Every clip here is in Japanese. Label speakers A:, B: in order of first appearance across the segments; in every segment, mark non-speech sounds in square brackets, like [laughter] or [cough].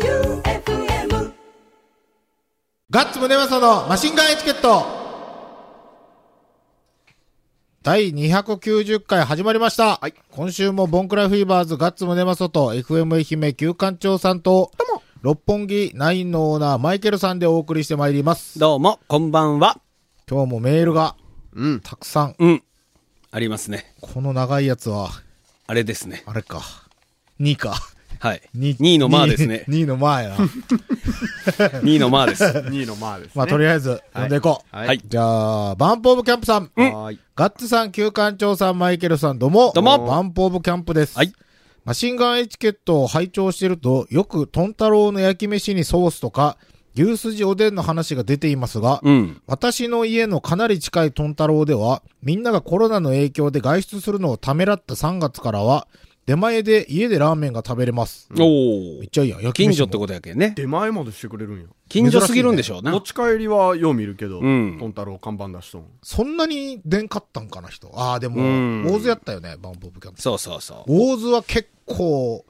A: J-O-E-U-F-M
B: ガッツムネマソのマシンガンエチケット第290回始まりました。
C: はい
B: 今週もボンクラフィーバーズガッツムネマソと FM 愛媛旧館長さんと、六本木ナインのオーナーマイケルさんでお送りしてまいります。
D: どうも、こんばんは。
B: 今日もメールが
C: うん。
B: たくさん。
D: うん。ありますね。
B: この長いやつは、
D: あれですね。
B: あれか。2か。。
D: はい。2位の [laughs] まあですね
B: 2の前やな。
D: 2位のまあです。
C: 2位のマーです。
B: まあ、とりあえず、呼んでいこう。
C: はい
D: はい
B: じゃあ、バンプオブキャンプさん。
C: はーい。
B: ガッツさん、旧館長さん、マイケルさん、どうも。
D: どうも
B: バンプオブキャンプです。
D: はい。
B: マシンガンエチケットを拝聴してると、よくトン太郎の焼き飯にソースとか、牛すじおでんの話が出ていますが、
D: うん。
B: 私の家のかなり近いトン太郎では、みんながコロナの影響で外出するのをためらった3月からは、出前で家でラーメンが食べれます。
D: お
B: め
D: ー
B: っ。ちゃいいやん、焼き飯も
D: 近所ってことやけんね。
C: 出前までしてくれるんや。
D: 近所すぎるんでしょう
C: 持
D: な。
C: ち帰りはよう見るけど、ト
D: うん
C: ンタロウ看板出しとん。
B: そんなに出んかったんかな、人。ああ、でも、
D: うん
B: 大津やったよね、バンプオブキャンプ。
D: そうそうそう。
B: 大津は結構、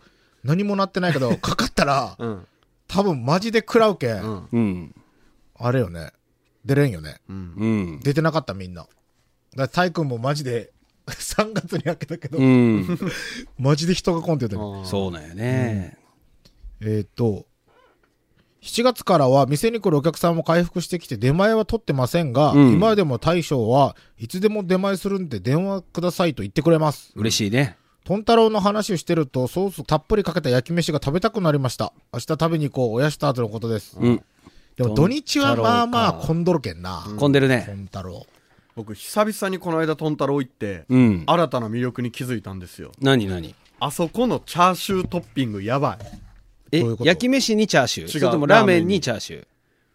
B: 何もなってないけど、かかったら、
C: うん。
B: 多分マジで食らうけん、
C: ん
D: うん。
B: あれよね。出れんよね。
D: うん。
B: 出てなかったみんな。だから、タイ君もマジで、3月に開けたけど、
D: うん。
B: マジで人が混んでたよ
D: そうなんよね。
B: えーっと、7月からは店に来るお客さんも回復してきて出前は取ってませんが、
D: うん
B: 今でも大将はいつでも出前するんで電話くださいと言ってくれます。
D: 嬉しいね。
B: トンタロウの話をしてるとソースたっぷりかけた焼き飯が食べたくなりました。明日食べに行こう。おやした後のことです。
D: うん。
B: でも土日はまあまあ
D: トンタロウか
B: 混んどるけんな。
D: 混んでる
B: ト
D: ね。
B: ンタロウ。
C: 僕、久々にこの間トンタロウ行って、
D: うん。
C: 新たな魅力に気づいたんですよ。
D: なになに
C: あそこのチャーシュートッピングやばい。
D: え
B: どういうこと
D: 焼き飯にチャーシュー
C: 違う
D: それともラーメンにチャーシュー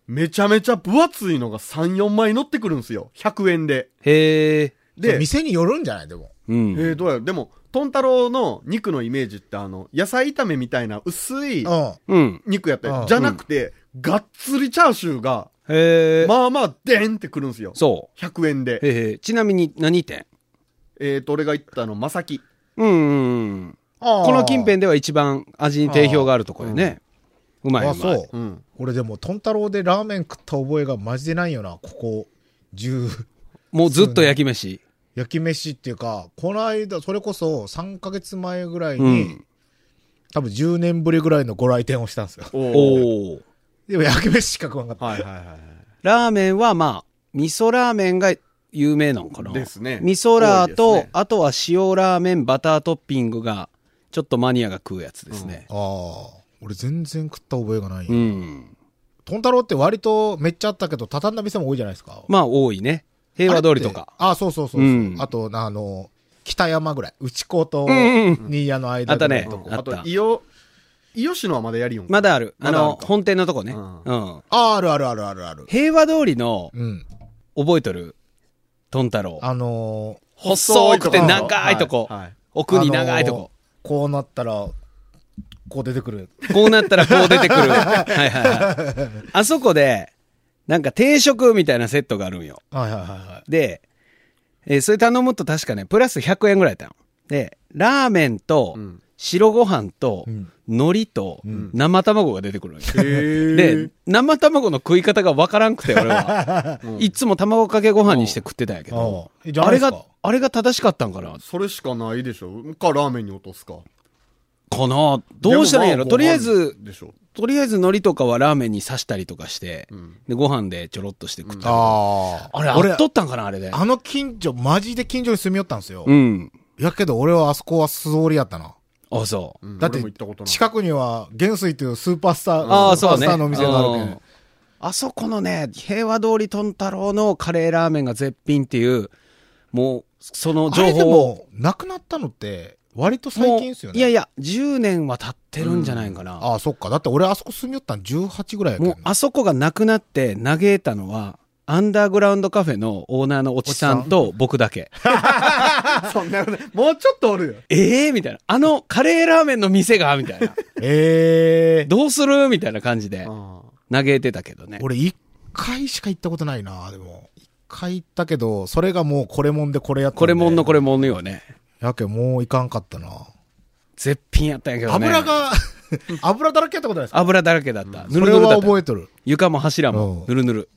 C: めちゃめちゃ分厚いのが3、4枚乗ってくるんすよ。100円で。
D: へえ。
B: で、
C: で、
B: 店によるんじゃないでも。
D: う
C: え
D: ん。
C: ー、どうやろでも、トンタロウの肉のイメージってあの、野菜炒めみたいな薄い
B: うん。
D: うん。
C: 肉やった
B: うん
C: り、じゃなくて、がっつりチャーシューが、
D: へえ。
C: まあまあ、でんってくるんすよ。
D: そ
C: 100円で
D: う。。へえ。ちなみに何店
C: えー、と、俺が言ったの、まさき。
D: うんうんうん。
B: あー
D: この近辺では一番味に定評があるところね。うまい
B: あ、
D: うま
B: そ
D: い。
B: う。
C: うん。
B: 俺でも、トンタロウでラーメン食った覚えがマジでないよな、ここ、十、
D: もうずっと焼き飯。
B: 焼き飯っていうか、この間、それこそ3ヶ月前ぐらいうに、
D: ん。
B: 多分10年ぶりぐらいのご来店をしたんですよ。
C: おー。
D: おお。
B: でも焼き飯しか食わんかった。
C: はいはいはいは
D: ラーメンはまあ、味噌ラーメンが有名なんかな。
C: ですね
D: 味噌ラー
C: 多い
D: と
C: ですね、
D: あとは塩ラーメンバタートッピングが、ちょっとマニアが食うやつですね。
B: ああ。俺全然食った覚えがない、
D: うん。
B: トンタロウって割とめっちゃあったけど、畳んだ店も多いじゃないですか。
D: まあ、多いね。平和通りとか。
B: あそうそうそうそう、
D: うん
B: あと、あの、北山ぐらい。内子と
D: うんうんうん
B: 新谷の間
D: あった
B: ぐらい
D: ね
B: のとこ
C: い。あ
D: あ
C: と
D: っ、た
C: 伊予、伊予市のはまだやりよんか
D: まだある。あ
C: まだあ
D: の
C: る、か
D: 本店のとこね。
C: うん
D: うん。
B: あ、あるあるあるあるある。
D: 平和通りの、
B: うん。
D: 覚えとる、トン太郎。
B: あのー
D: 細くて長いとこ
C: はいはい。
D: 奥に長いと
B: あの
D: こ
B: ー。こうなったら、こう出てくる。
D: こうなったらこう
C: [laughs]
D: 出てくる。はいはいはい。あそこで、なんか定食みたいなセットがあるんよ。
B: はいはいはいは
D: で、えーそれ頼むと確かね、プラス100円ぐらいやったの。で、ラーメンと
C: うん、
D: 白ご飯と、
B: ん
D: 海苔と、生卵が出てくるんよ。
C: へー
D: [laughs] で、生卵の食い方がわからんくて、俺は。 [laughs] いつも卵かけご飯にして食ってたんやけど
B: うん。じゃあ
D: あれが
B: あ、
D: あれが正しかったんかな
C: それしかないでしょ。か、ラーメンに落とすか。
D: かなどうしたらいいんやろ
C: でもまあ
D: とりあえ
C: ご飯
D: ず、
C: でしょ。
D: とりあえず海苔とかはラーメンに刺したりとかして、
C: ん
D: で、ご飯でちょろっとして食ったりとか
B: ああ。
D: あれ、あっとったんかなあれで。
B: あの近所、マジで近所に住みよったんですよ。
D: うん。
B: やけど俺はあそこは素通りやったな。
D: あ、そう。
C: うん
B: だって
C: 俺も行ったことない。
B: 近くには、元水というスーパースター、
D: ああ、
B: スーパ
D: そう
B: ース
D: ね。
B: ターのお店があるけ
D: うんんあそこのね、平和通りとんたろうのカレーラーメンが絶品っていう、もう、その
B: あ
D: 情
B: れで
D: 報を。
B: も、なくなったのって、割と最
D: もう
B: 近っすよね。
D: いやいや、10年は経ってるんじゃないかな。
B: ああ、そっか。だって俺あそこ住みよったん18ぐらいやけ
D: も
B: ど
D: う、あそこがなくなって嘆いたのは、アンダーグラウンドカフェのオーナーのおちさんと僕だ
B: [laughs]
D: け。
C: そんなことないもうちょっとおるよ。
D: ええみたいな。あの、カレーラーメンの店がみたいな。
B: ええ
D: [laughs] どうするみたいな感じで、嘆いてたけどね。
B: 俺一回しか行ったことないな、でも。一回行ったけど、それがもうこれもんでこれやったんで。
D: これもんのこれもんのよね。
B: やけんもう行かんかったな。
D: 絶品やったんやけどね。
B: 油が、 [laughs] 油だらけやったことないですか
D: 油だらけだった。ぬ
B: そ
D: る
B: れ
D: ぬるだ
B: は
D: った。
B: 覚えとる。
D: 床も柱
B: うん
D: も、ぬるぬる。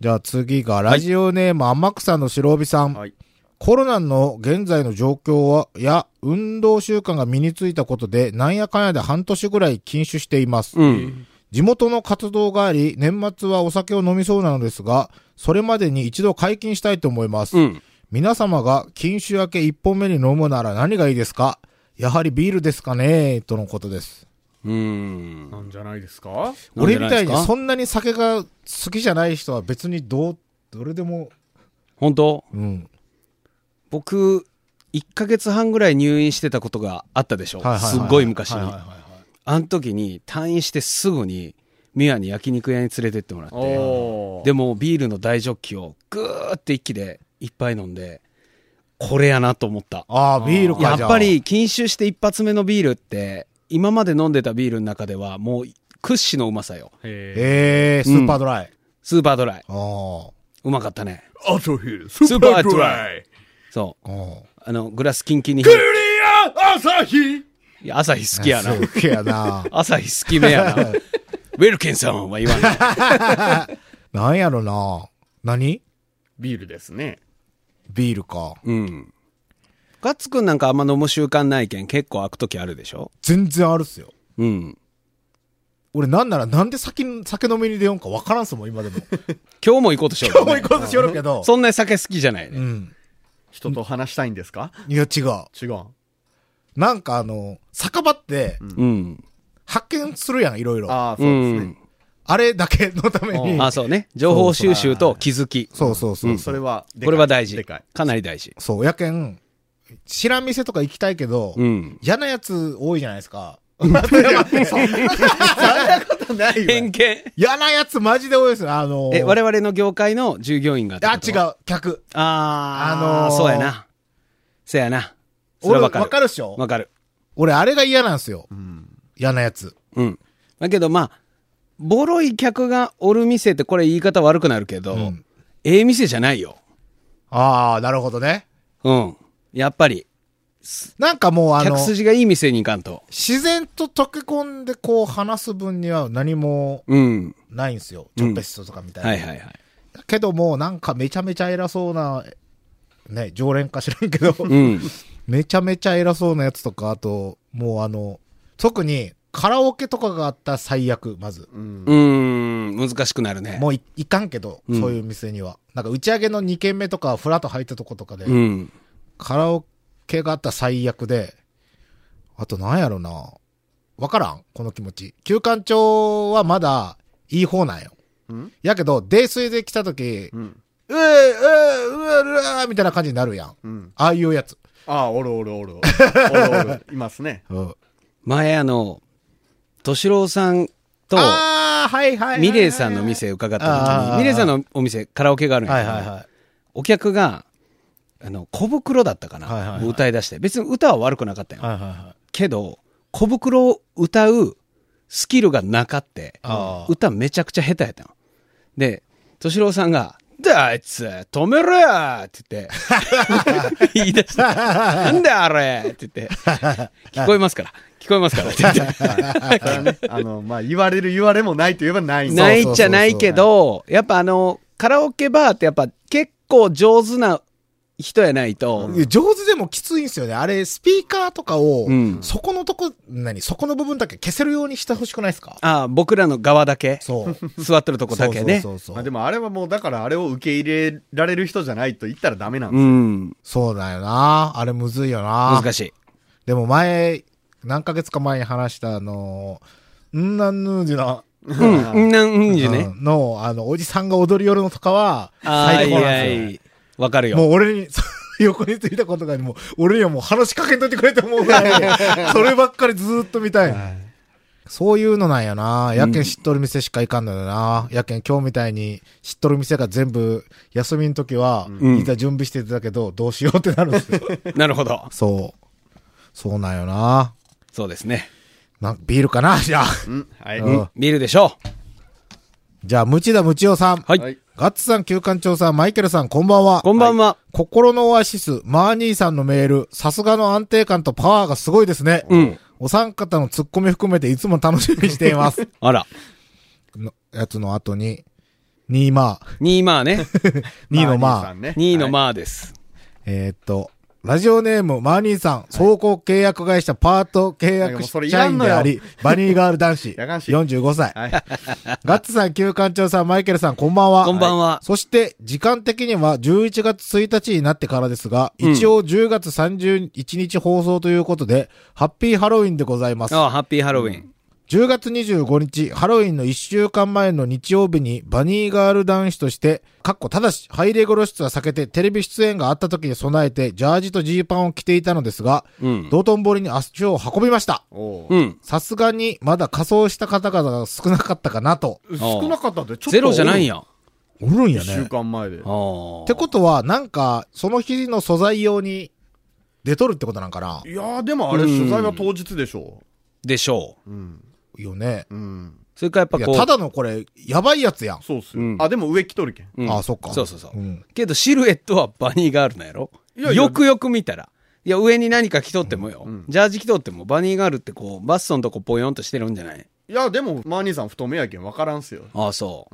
B: じゃあ次が、ラジオネーム、天草の白帯さん。
C: はい。
B: コロナの現在の状況は、や、運動習慣が身についたことで、なんやかんやで半年ぐらい禁酒しています。
D: うん。
B: 地元の活動があり、年末はお酒を飲みそうなのですが、それまでに一度解禁したいと思います。
D: うん。
B: 皆様が禁酒明け一本目に飲むなら何がいいですかやはりビールですかねとのことです。
D: うん。
C: なんじゃないですか
D: なん
B: 俺
D: じゃ
B: み
D: な
B: た
D: で
B: い
D: すか
B: にそんなに酒が好きじゃない人は別にどう、どれでも、
D: 本当
B: うん。
D: 僕、1ヶ月半ぐらい入院してたことがあったでしょ。すっごい昔に。
B: はははいはい
D: あの時に退院してすぐに、ミワに焼肉屋に連れてってもらって、
C: おー
D: でもビールの大ジョッキをぐーって一気でいっぱい飲んで、これやなと思った。
B: ああ、ビールかじゃ
D: や
B: あ
D: っぱ、り禁酒して一発目のビールって、今まで飲んでたビールの中ではもう屈指のうまさよ。
B: え
C: へ
B: えスーパードライ。
D: スーパードライ。
B: あ
D: うまかったね。
C: ーアトヒル、ス
D: ーパードラ
C: イ。
D: そ
B: あ、うん。
D: う。あの、グラスキンキンに。
C: クリア朝日
D: いや朝日好きやな。
B: 好きやな。
D: 朝日好きめやな。ウェルケンさんは言わない。
B: なんやろな。何
C: ビールですね。
B: ビールか。
D: うん。ガッツくんなんかあんま飲む習慣ないけん結構開くときあるでしょ
B: 全然あるっすよ。
D: うん。
B: 俺なんならなんで酒、酒飲みに出ようかわからんっすもん、今でも。
D: 今日も行こうとしよう、
B: 思いこうとしよるけ [laughs] ど。
D: そんなに酒好きじゃないね。
B: うん。
C: 人と話したいんですか
B: いや、違う。
C: 違う。
B: なんかあの、酒場って、
D: うん。
B: 発見するやん、いろいろ。あ
C: ああ、そうですね。
B: れだけのために。
D: あ、そうね。情報収集と気づき。
B: そうそうそう。
C: それはでかい、
D: これは大事
C: でかい。。
D: かなり大事。
B: そう、やけん、知らん店とか行きたいけど、
D: うん。
B: 嫌なやつ多いじゃないですか。
D: [laughs] 偏見。
B: 嫌なやつマジで多いですよ。あの
D: え、我々の業界の従業員がって
B: あ、
D: こと
B: 違う、客。
D: あー、
B: あのー
D: そうやな。そうやな。それ
B: 俺、わ
D: はわかる。
B: かるっしょ
D: わかる。
B: 俺、あれが嫌なんですよ。
C: うん。
B: 嫌なやつ。
D: うん。だけどまあ、ボロい客がおる店ってこれ言い方悪くなるけど、
B: うん
D: ええ店じゃないよ。
B: ああ、なるほどね。
D: うん。やっぱり、
B: なんかもう、あの
D: 客、筋がいい店に行かんと。
B: 自然と溶け込んでこう話す分には何も
D: うん。
B: ないんですよ。チョッペストとかみたいな。
D: はいはいはい。
B: けどもうなんかめちゃめちゃ偉そうな、ね、常連か知らんけど、
D: うん。
B: [laughs] めちゃめちゃ偉そうなやつとか、あと、もうあの、特にカラオケとかがあったら最悪、まず。
C: うん。
D: うーん、難しくなるね。
B: もういいかんけど、
D: うん
B: そういう店には。なんか打ち上げの2軒目とか、フラッと入ったとことかで、
D: うん。
B: カラオケがあったら最悪で、あとなんやろな。わからんこの気持ち。休館長はまだいい方なんよ。
C: うん
B: やけど、泥酔で来た時、
C: うん。
B: うえ、うえ、うえ、うえ、みたいな感じになるやん。
C: うん。
B: ああいうやつ。
C: ああ、おるおるおる
D: [laughs]
C: おる。おるおる。いますね。
B: うん。
D: 前あの、敏郎さんと、
B: ああ、はいはいはい。
D: ミレイさんの。店伺った
B: あ
D: 時
B: ーあー
D: に、ミレイさんのお店、カラオケがあるんや
B: は
D: け
B: い
D: ど、
B: はいはい。
D: お客が、あの、小袋だったかな、
B: はいはいはい
D: 歌い出して。別に歌は悪くなかったよ。
B: はいはいはい。
D: けど、小袋を歌うスキルがなかって
B: あ、ー
D: 歌めちゃくちゃ下手やったの。で、敏郎さんが、だあいつ、止めろやって言
B: [laughs]
D: って、言い出した。なんだあれって言って、聞こえますから、聞こえますからって言って。
C: それはね、あの、まあ、言われる言われもないと言えばないんで
D: ないじゃないけど、やっぱあの、カラオケバーってやっぱ結構上手な人やないと、
B: いや上手でもきついんすよね。あれ、スピーカーとかを、
D: うん
B: そこのとこ、何そこの部分だけ消せるようにしてほしくないですか
D: ああ僕らの側だけ、
B: そう。
D: 座ってるとこだけね。
B: そうそうそう
C: まあ、
B: そ
C: で
B: う。
C: もあれはもうだからあれを受け入れられる人じゃないと言ったらダメなんで
D: うん、
B: そうだよな。あれむずいよな。
D: 難しい。
B: でも前、何ヶ月か前に話したあの、んなんぬーじな、
C: す、
D: うん、なん、うんじ
B: う
D: ね。
B: んの、あの、おじさんが踊り寄るのとかは、
D: あ
B: 最
D: い
B: 高なん
D: や
B: ですよ。
D: いやわかるよ。
B: もう俺に、 [laughs] 横についたことがもう、俺にはもう話しかけんといてくれと思うぐ
D: [laughs]
B: らい、そればっかりずーっと見たい。そういうのなんやな。やけん知っとる店しか行かんのよな。やけん今日みたいに知っとる店が全部休みの時は、
D: ん
B: いざ準備してたけど、どうしようってなるんですよ。
D: なるほど。
B: そう。そうなんよな。
D: そうですね。
B: なんビールかな [laughs] じゃあ。
C: うん、はい、
B: うん
D: 見るでしょ
B: じゃあ、ムチだムチオさん。
D: はい
C: はい
B: ガッツさん、旧館長さん、マイケルさん、こんばんは。
D: う。こんばんは。
B: 心のオアシス、マーニーさんのメール、さすがの安定感とパワーがすごいですね。
D: うん。
B: お三方のツッコミ含めていつも楽しみにしてい
D: [laughs]
B: ます。
D: あら。
B: のやつの後に、2まあ、
D: 2まあね。
B: 2の
C: ー兄さ
B: まあ、
C: んね
D: 2のまあです。
B: えーっと、ラジオネーム、マーニーさん、走行契約会社パート契
C: いやも
B: 約
C: うそれい
B: 社
C: らん
B: 員
C: の
B: で
C: よ
B: あり、バニーガール
C: [laughs]
B: 男子、
C: やかましい
B: 45歳。
C: はい。
B: [laughs] ガッツさん、旧館長さん、マイケルさん、こんばんは。
D: こんばんは
B: そして、時間的には11月1日になってからですが、
D: うん
B: 一応10月31日放送ということで、ハッピーハロウィンでございます。
D: ああ、ハッピーハロウィン。
B: 10月25日、ハロウィンの1週間前の日曜日に、バニーガール男子として、かっこただし、ハイレゴ露出は避けて、テレビ出演があった時に備えて、ジャージとジーパンを着ていたのですが、
D: うん。
B: 道頓堀に足を運びました。
C: おう
D: うん。
B: さすがに、まだ仮装した方々が少なかったかなと。
C: 少なかったって、ちょっと。
D: ゼロじゃないん
C: や。
D: や。あ
B: おるん
C: 1
B: やね。
C: 週間前
D: あ。
C: で。
B: ってことは、なんか、その日の素材用に出とるってことなんかない
C: やー、でもあれ、
D: うん
C: 取材は当日でしょ
D: でしょう。
C: う。うん。
B: よね。
C: うん。
D: それからやっぱ
B: いや、
D: こう。
B: ただのこれ、やばいやつやん。
C: そうっす
D: うん
C: よ。あ、でも上着とるけん。
D: うん
B: あ、そっか。
D: そうそうそう。
B: ん。
D: けどシルエットはバニーガールなんやろ
C: いやいや
D: よくよく見たら。いや、上に何か着とってもよ。
C: ん
D: ジャージ着とっても、バニーガールってこう、バストのとこポヨンとしてるんじゃない
C: いや、でも、マーニーさん太めやけん分からんすよ。
D: ああ、そ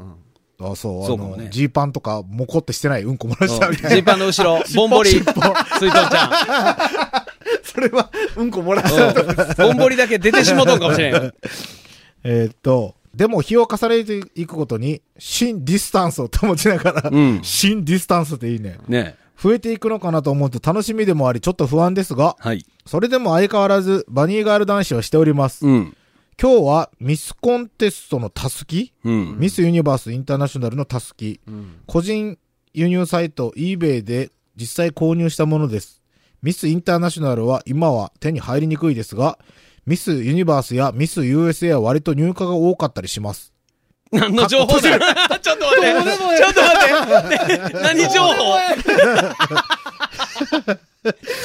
D: う。
B: あ、そう、
D: そう
B: あ
D: かも
B: の
D: ね、
B: ジーパンとか、もこってしてない、うんこ漏ら
D: ジ
B: したみたいな。
D: ーパンの後
C: [laughs]
D: ろ、ぼんぼり、水筒ちゃ
C: それは、うん [laughs] こもらし
D: ん。ぼんぼりだけ出てしもとんかもしれん
C: [laughs]
D: よ。
B: [laughs] えーっと、でも日を重ねていくごとに、新ディスタンスを保ちながら、
D: うん
B: 新ディスタンスっていいね。
D: ね
B: 増えていくのかなと思うと楽しみでもあり、ちょっと不安ですが、
D: はい。
B: それでも相変わらず、バニーガール男子をしております。
D: うん。
B: 今日は、ミスコンテストのたすき
D: うん。
B: ミスユニバースインターナショナルのタスキ、個人輸入サイト eBay で実際購入したものです。ミスインターナショナルは今は手に入りにくいですが、ミスユニバースやミス USA は割と入荷が多かったりします。
D: 何の情報だ [laughs] ちょっと待って。ちょっと待って。ね何情報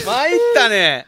D: 参ったね。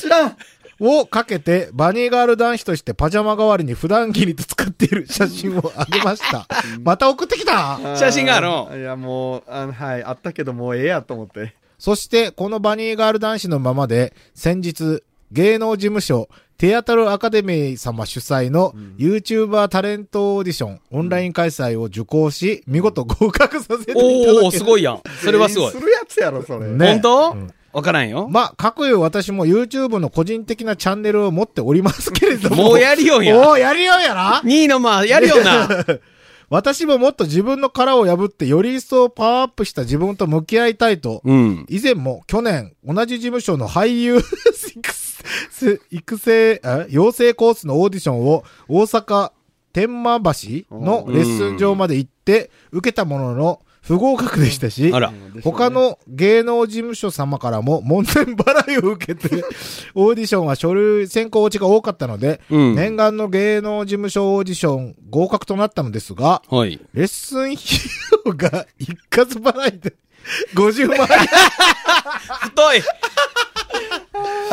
C: 知らん。
B: をかけて、バニーガール男子としてパジャマ代わりに普段着にと使っている写真をあげました。また送ってきた
D: [laughs] 写真があるの
C: いや、もう、あの、はい、あったけど、もうええやと思って。
B: そして、このバニーガール男子のままで、先日、芸能事務所、テアトルアカデミー様主催の YouTuber タレントオーディション、オンライン開催を受講し、見事合格させていただき
D: おおすごいやん。それはすごい
C: 全員。するやつやろ、それ。
B: ね
D: 本当
B: うん
D: わからんよ。
B: まあ、かくいう私も YouTube の個人的なチャンネルを持っておりますけれども。
D: もうやりよんや。
B: おーやりようやな
D: 2位のまあ、やるよな。
B: 私ももっと自分の殻を破って、より一層パワーアップした自分と向き合いたいと、
D: うん。
B: 以前も去年、同じ事務所の俳優 [laughs] 育成育成、あ養成コースのオーディションを大阪天満橋のレッスン場まで行って受けたものの不合格でしたし
D: あ、ら。
B: 他の芸能事務所様からも門前払いを受けて、 [laughs] オーディションは書類選考落ちが多かったので、
D: うん
B: 念願の芸能事務所オーディション合格となったのですが、
D: はい。
B: レッスン費用が一括払いで50万円 [laughs]
D: 太い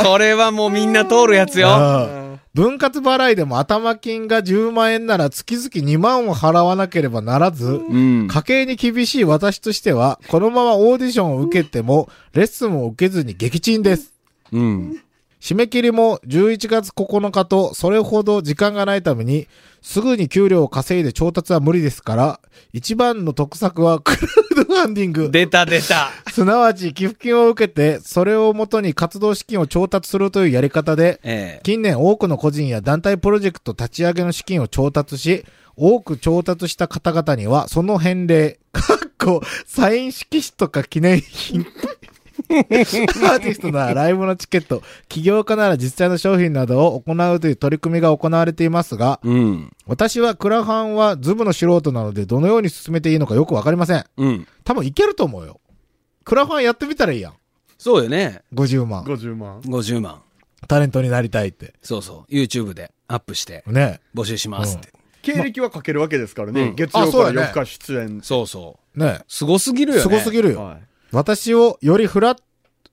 D: これはもうみんな通るやつよ。
B: ああ分割払いでも頭金が10万円なら月々2万を払わなければならず、
D: うん。
B: 家計に厳しい私としては、このままオーディションを受けても、レッスンを受けずに撃沈です。
D: うん。
B: 締め切りも11月9日と、それほど時間がないために、すぐに給料を稼いで調達は無理ですから、一番の得策はクラウドファンディング。
D: 出た出た。
B: すなわち寄付金を受けて、それをもとに活動資金を調達するというやり方で、
D: ええ。
B: 近年多くの個人や団体プロジェクト立ち上げの資金を調達し、多く調達した方々には、その返礼、かっこ、サイン色紙とか記念品、 [laughs] アーティストならライブのチケット、起業家なら実際の商品などを行うという取り組みが行われていますが、
D: うん。
B: 私はクラファンはズブの素人なので、どのように進めていいのかよくわかりません。
D: うん。
B: 多分いけると思うよ。クラファンやってみたらいいやん。
D: そうよね。
B: 50万。
C: 50万。
D: 50万。
B: タレントになりたいって。
D: そうそう。YouTube でアップして
B: ね。
D: 募集しますって。
C: 経歴はかけるわけですからね。
D: うん
C: 月曜
B: あそう
C: から
B: だね
C: 4日出演。
D: そうそ
B: ね。
D: う。すごすぎるよね。
B: すごすぎ
D: る。
B: るよ。
C: はい。
B: 私をよりフラッ、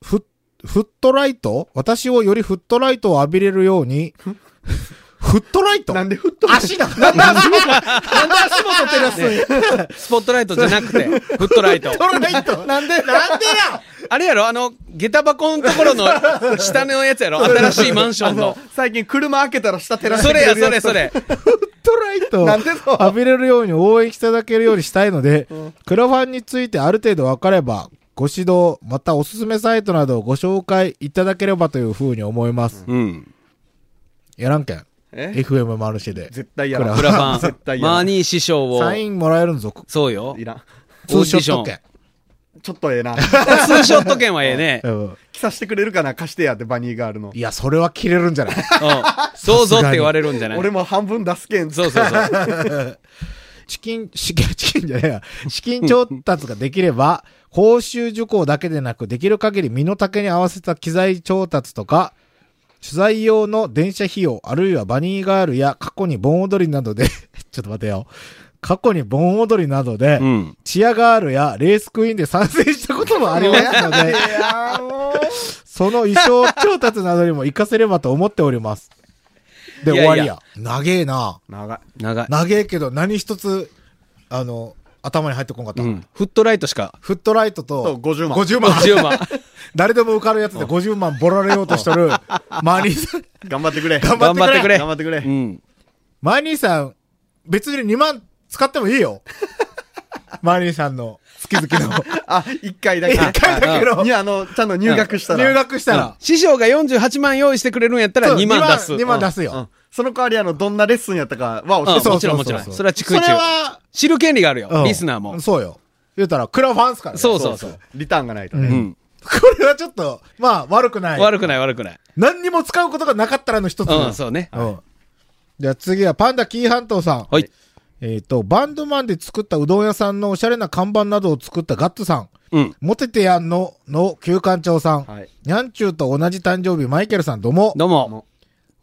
B: フッ、フットライト私をよりフットライトを浴びれるように、フ [laughs] フットライト
C: なんでフット
B: 足だなんで足元なんで足元照らすのよ
D: [laughs] スポットライトじゃなくて、フットライト
B: フッ。トライトなんでなんでや
D: あれやろあの、下駄箱のところの下のや
B: [laughs]
D: つやろ新しいマンションの。
C: 最近車開けたら下照らして
D: そ
C: く
D: れ
C: れ
D: や、
C: る
D: それ、
C: やつ
D: それ。
B: フットライト
C: なんでそう
B: を浴びれるように応援していただけるようにしたいので、クラファンについてある程度分かれば、ご指導、またおすすめサイトなどをご紹介いただければというふうに思います。
D: うん。
B: やらんけん。
C: え
B: FM マルシェで。
C: 絶対やらん
D: クラファン。
C: [laughs] 絶対や
D: マ
C: ら
D: ー
C: ん
D: ニー師匠を。
B: サインもらえるんぞ。
D: そうよ。
C: いらん
B: 通ショット券。
C: ちょっ
D: [laughs]
C: とええな
D: ツーショット券はええね。う
B: うん
C: 着させてくれるかな貸してやってバニーガールの
B: いや、それは切れるんじゃない
D: んどうぞって言われるんじゃない
C: 俺も半分出すけん
D: そうそうそう。
B: チキン、 [laughs] 資金、チキンじゃねえや。資金調達ができれば、報酬受講だけでなく、できる限り身の丈に合わせた機材調達とか、取材用の電車費用、あるいはバニーガールや過去に盆踊りなどで、 [laughs] ちょっと待てよ。過去に盆踊りなどで、
D: うん。
B: チアガールやレースクイーンで参戦したこともありますの
D: [laughs]
B: で、
C: やもう
B: その衣装調達などにも活かせればと思っております。で、
D: い
B: 終
D: やいや
B: わりや。長えな。
C: 長い
D: 長い。
B: 長えけど、何一つ、あの、頭に入ってこんかった。
D: うん。フットライトしか。
B: フットライト
C: そ
B: と、
C: う50万
B: 50万。
D: 50万。
B: 誰でも受かるやつで50万ボラれようとしと
D: [laughs]
B: る、マーニーさん。
C: 頑張ってくれ
B: 頑
D: 頑張ってくれ。
C: 頑張ってくれ
D: うん。
B: マーニーさん、別に2万使ってもいいよ。マーニーさんの月々の。
C: あ一回だけ
B: 一回だけど、
C: にあのちゃんと入学したら
B: 入学したら。
D: 師匠が48万用意してくれるんやったら
B: そう
D: 2万出す。
B: 2万出す
C: う
B: よ。
C: んその代わりあのどんなレッスンやったかは教え
D: うん
C: て
B: そう
D: もちろんもちろん。
B: そうそうそう
D: それは逐
B: それ
D: 一。
B: は、
D: 知る権利がある
B: う
D: よ。
B: ん
D: リスナーも。
B: そうよ。言うたら、クラファンっすからね。
D: そうそうそう。
C: リターンがないと
B: う
D: うん
C: ね
D: ん。
B: これはちょっと、まあ、悪くない。
D: 悪くない悪くない。
B: 何にも使うことがなかったらの一つ。
D: うん、そうね。
B: うんじゃあ次はパンダキーハントさん。
D: はい。
B: えっ、と、バンドマンで作ったうどん屋さんのおしゃれな看板などを作ったガッツさん。
D: うん。
B: モテてやんの、の、旧館長さん。
C: はい
B: にゃんちゅうと同じ誕生日、マイケルさん、どうも。
D: どうも。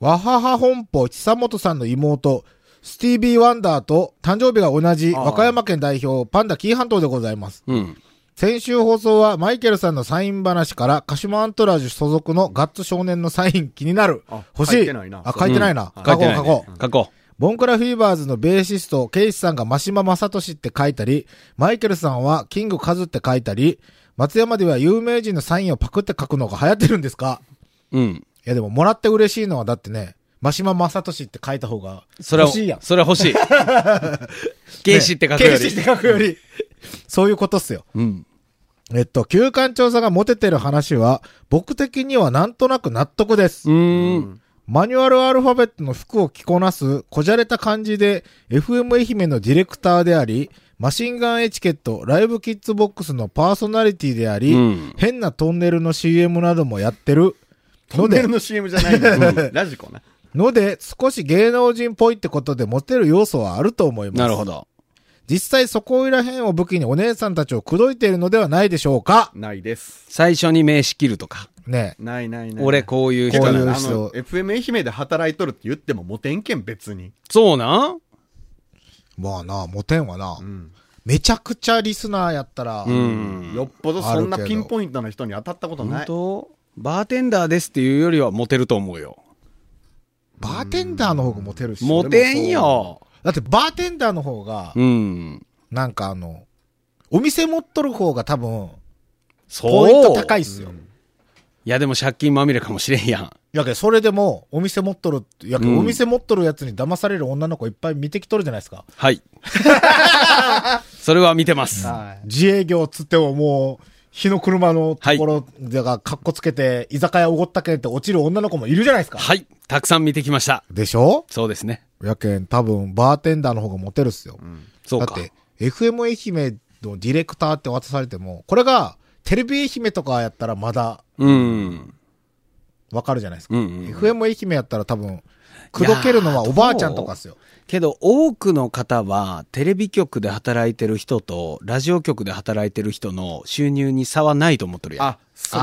B: わはは本舗、久本さんの妹、スティービー・ワンダーと誕生日が同じ、
C: あー
B: 和歌山県代表、パンダ紀伊半島でございます。
D: うん。
B: 先週放送は、マイケルさんのサイン話から、鹿島アントラージュ所属のガッツ少年のサイン気になる
C: あ。
B: 欲しい。
C: 書いてないな
B: あ、書いてないな。
D: う
B: 書こ
D: ん
B: う、
D: 書
B: 書
D: いてない
B: こ
D: ね
B: う。
D: 書こ
B: ボンクラフィーバーズのベーシスト、ケイシさんがマシママサトシって書いたり、マイケルさんはキングカズって書いたり、松山では有名人のサインをパクって書くのが流行ってるんですか
D: う。うん。
B: いやでももらって嬉しいのはだってね、マシママサトシって書いた方が
D: それは、
B: 欲しいやん。
D: それは
B: [laughs]
D: 欲しい。ゲイシって書くよ
B: ケイシっ
D: り。
B: て書くより。そういうことっすよ。
D: うん。
B: えっと、旧館長さんがモテてる話は、僕的にはなんとなく納得です。
D: うーん。
B: マニュアルアルファベットの服を着こなす、こじゃれた感じで、FM 愛媛のディレクターであり、マシンガンエチケット、ライブキッズボックスのパーソナリティであり、
D: うん
B: 変なトンネルの CM などもやってる。
C: トンネルの CM じゃない
B: [laughs]
C: んだよラジコな
B: ので、少し芸能人っぽいってことでモテる要素はあると思います。
D: なるほ。ど。
B: 実際そこいら辺を武器にお姉さんたちを口説いているのではないでしょうか
C: ないです
D: 最初に名刺切るとか。
B: ねえ。
C: ないないない
D: 俺こういう人
B: こ
C: だ
B: う
C: か
B: い
C: ら
B: う
C: あ
D: だな。
C: の
B: 人
C: FM 愛媛で働いとるって言ってもモテんけん別に
D: そうなん
B: まあな、モテんわな。
C: うん
B: めちゃくちゃリスナーやったら、
D: うん。
C: よっぽどそんなピンポイントな人に当たったことな
D: 本
C: い
D: 当バーテンダーですっていうよりはモテると思うよ。
B: バーテンダーの方がモテるし。
D: モテんよ。
B: だってバーテンダーの方が、
D: うん。
B: なんかあの、お店持っとる方が多分、
D: そ
B: ポ
D: う。
B: イント高いっすよ。
D: いやでも借金まみれかもしれんやん。
B: やけそれでも、お店持っとるって、やけ
D: うん
B: お店持っとるやつに騙される女の子いっぱい見てきとるじゃないですか。 [laughs]
D: はい。それは見てます。
C: はい
B: 自営業っつってももう、日の車のところでが、かっこつけて、居酒屋おごったけんって落ちる女の子もいるじゃないですか。
D: はい。たくさん見てきました。
B: でしょ
D: そうですね。
B: やけん、多分、バーテンダーの方がモテるっすよ。
D: そう
B: だ
D: か
B: っ。て、FM 愛媛のディレクターって渡されても、これが、テレビ愛媛とかやったらまだ、
D: うん。
B: わかるじゃないですか。
D: うんうん
B: FM 愛媛やったら多分、口説けるのはおばあちゃんとかっすよ。
D: けど多くの方はテレビ局で働いてる人とラジオ局で働いてる人の収入に差はないと思ってるやん。
C: あそれ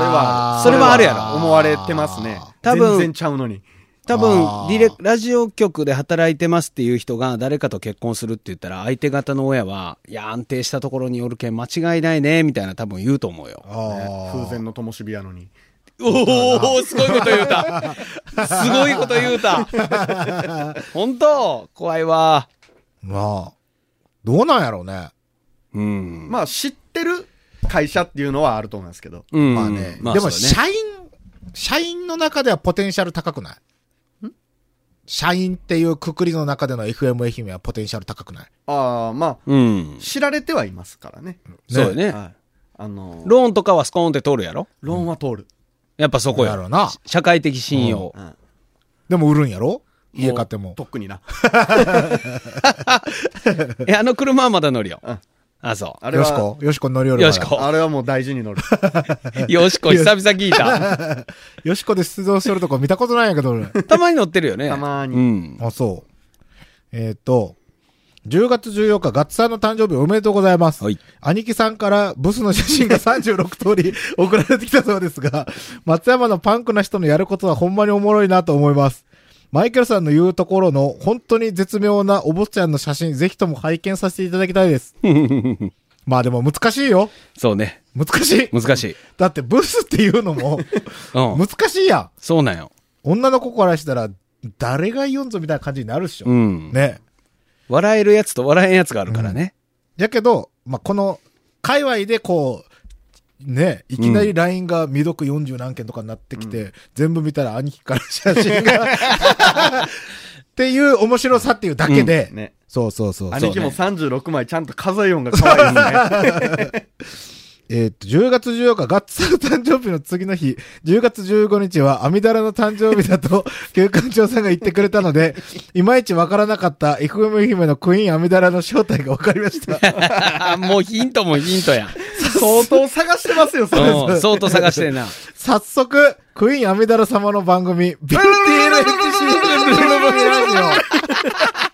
B: あー
C: はる
D: それはあるやろ
C: 思われてますね
D: 多分
C: 全然ちゃうのに
D: 多
B: あー
D: 分ディレラジオ局で働いてますっていう人が誰かと結婚するって言ったら相手方の親はいや安定したところによるけん間違いないねみたいな多分言うと思うよ
B: ああ。
C: 風前の灯火やのに
D: おおすごいこと言うた。 [laughs] すごいこと言うた。 [laughs] 本当怖いわ。
B: まあ、どうなんやろうね。
D: うん。
C: まあ知ってる会社っていうのはあると思いますけど。
D: うん、
B: まあね。
D: まあ
B: でも、
D: そうだね
B: 社員、社員の中ではポテンシャル高くない社員っていうくくりの中での FM 愛媛はポテンシャル高くない
C: ああ、まあ、
D: うん。
C: 知られてはいますからね。
D: そうだね。
C: はい。あの、
D: ローンとかはスコーンって通るやろ
C: ローンは通る。
D: やっぱそこ
B: や
D: や
B: ろう
D: ろ。
B: な。
D: 社会的信用。
C: うん
B: でも売るんやろ家買っても。
C: とっくにな。
D: え、あの車はまだ乗るよ
C: うん。
D: あ、そ
C: あれ
B: よし
C: は、
B: こよしこ乗り降
D: う。
B: り
D: よしこ。
C: あれはもう大事に乗る。
D: よしこ、久々聞いた。
B: よしこで出動するとこ見たことないんやけど、
D: [laughs]
B: 俺。
D: たまに乗ってるよね。
C: たまに
D: うん。
B: あ、そう。えっ、と、10月14日、ガッツさんの誕生日おめでとうございます。
D: はい [laughs]
B: 兄貴さんからブスの写真が36通り送られてきたそうです
D: [laughs]
B: が、松山のパンクな人のやることはほんまにおもろいなと思います。マイケルさんの言うところの本当に絶妙なお坊ちゃんの写真、ぜひとも拝見させていただきたい
D: [laughs]
B: です。まあでも難しいよ。
D: そうね。
B: 難しい。
D: 難しい。
B: だってブスっていうの
D: [laughs]
B: も
D: うん。
B: 難しいやん。
D: そうなんよ。
B: 女の子からしたら誰が言うんぞみたいな感じになるっしょ。
D: うん。
B: ね。
D: 笑えるやつと笑えんやつがあるからね。
B: やけど、まあ、この、界隈でこう、ね、いきなり LINE が未読40何件とかになってきて、全部見たら兄貴から写真が、っていう面白さっていうだけで、
C: ね。
B: そうそうそうそう
C: 兄貴も36枚ちゃんと数えよんが可愛いですね。
B: えーっと、10月14日、ガッツさんの誕生日の次の日、10月15日は、アミダラの誕生日だ
C: [laughs]
B: と、旧館長さんが言ってくれたので、いまいちわからなかった FM 姫のクイーンアミダラの正体がわかりました。
D: [laughs] もうヒントもヒントやん。
C: 相当探してますよ、それ。
D: うん。相当探してんな。
B: 早速、クイーンアミダラ様の番組、ビューティー LXC ラジ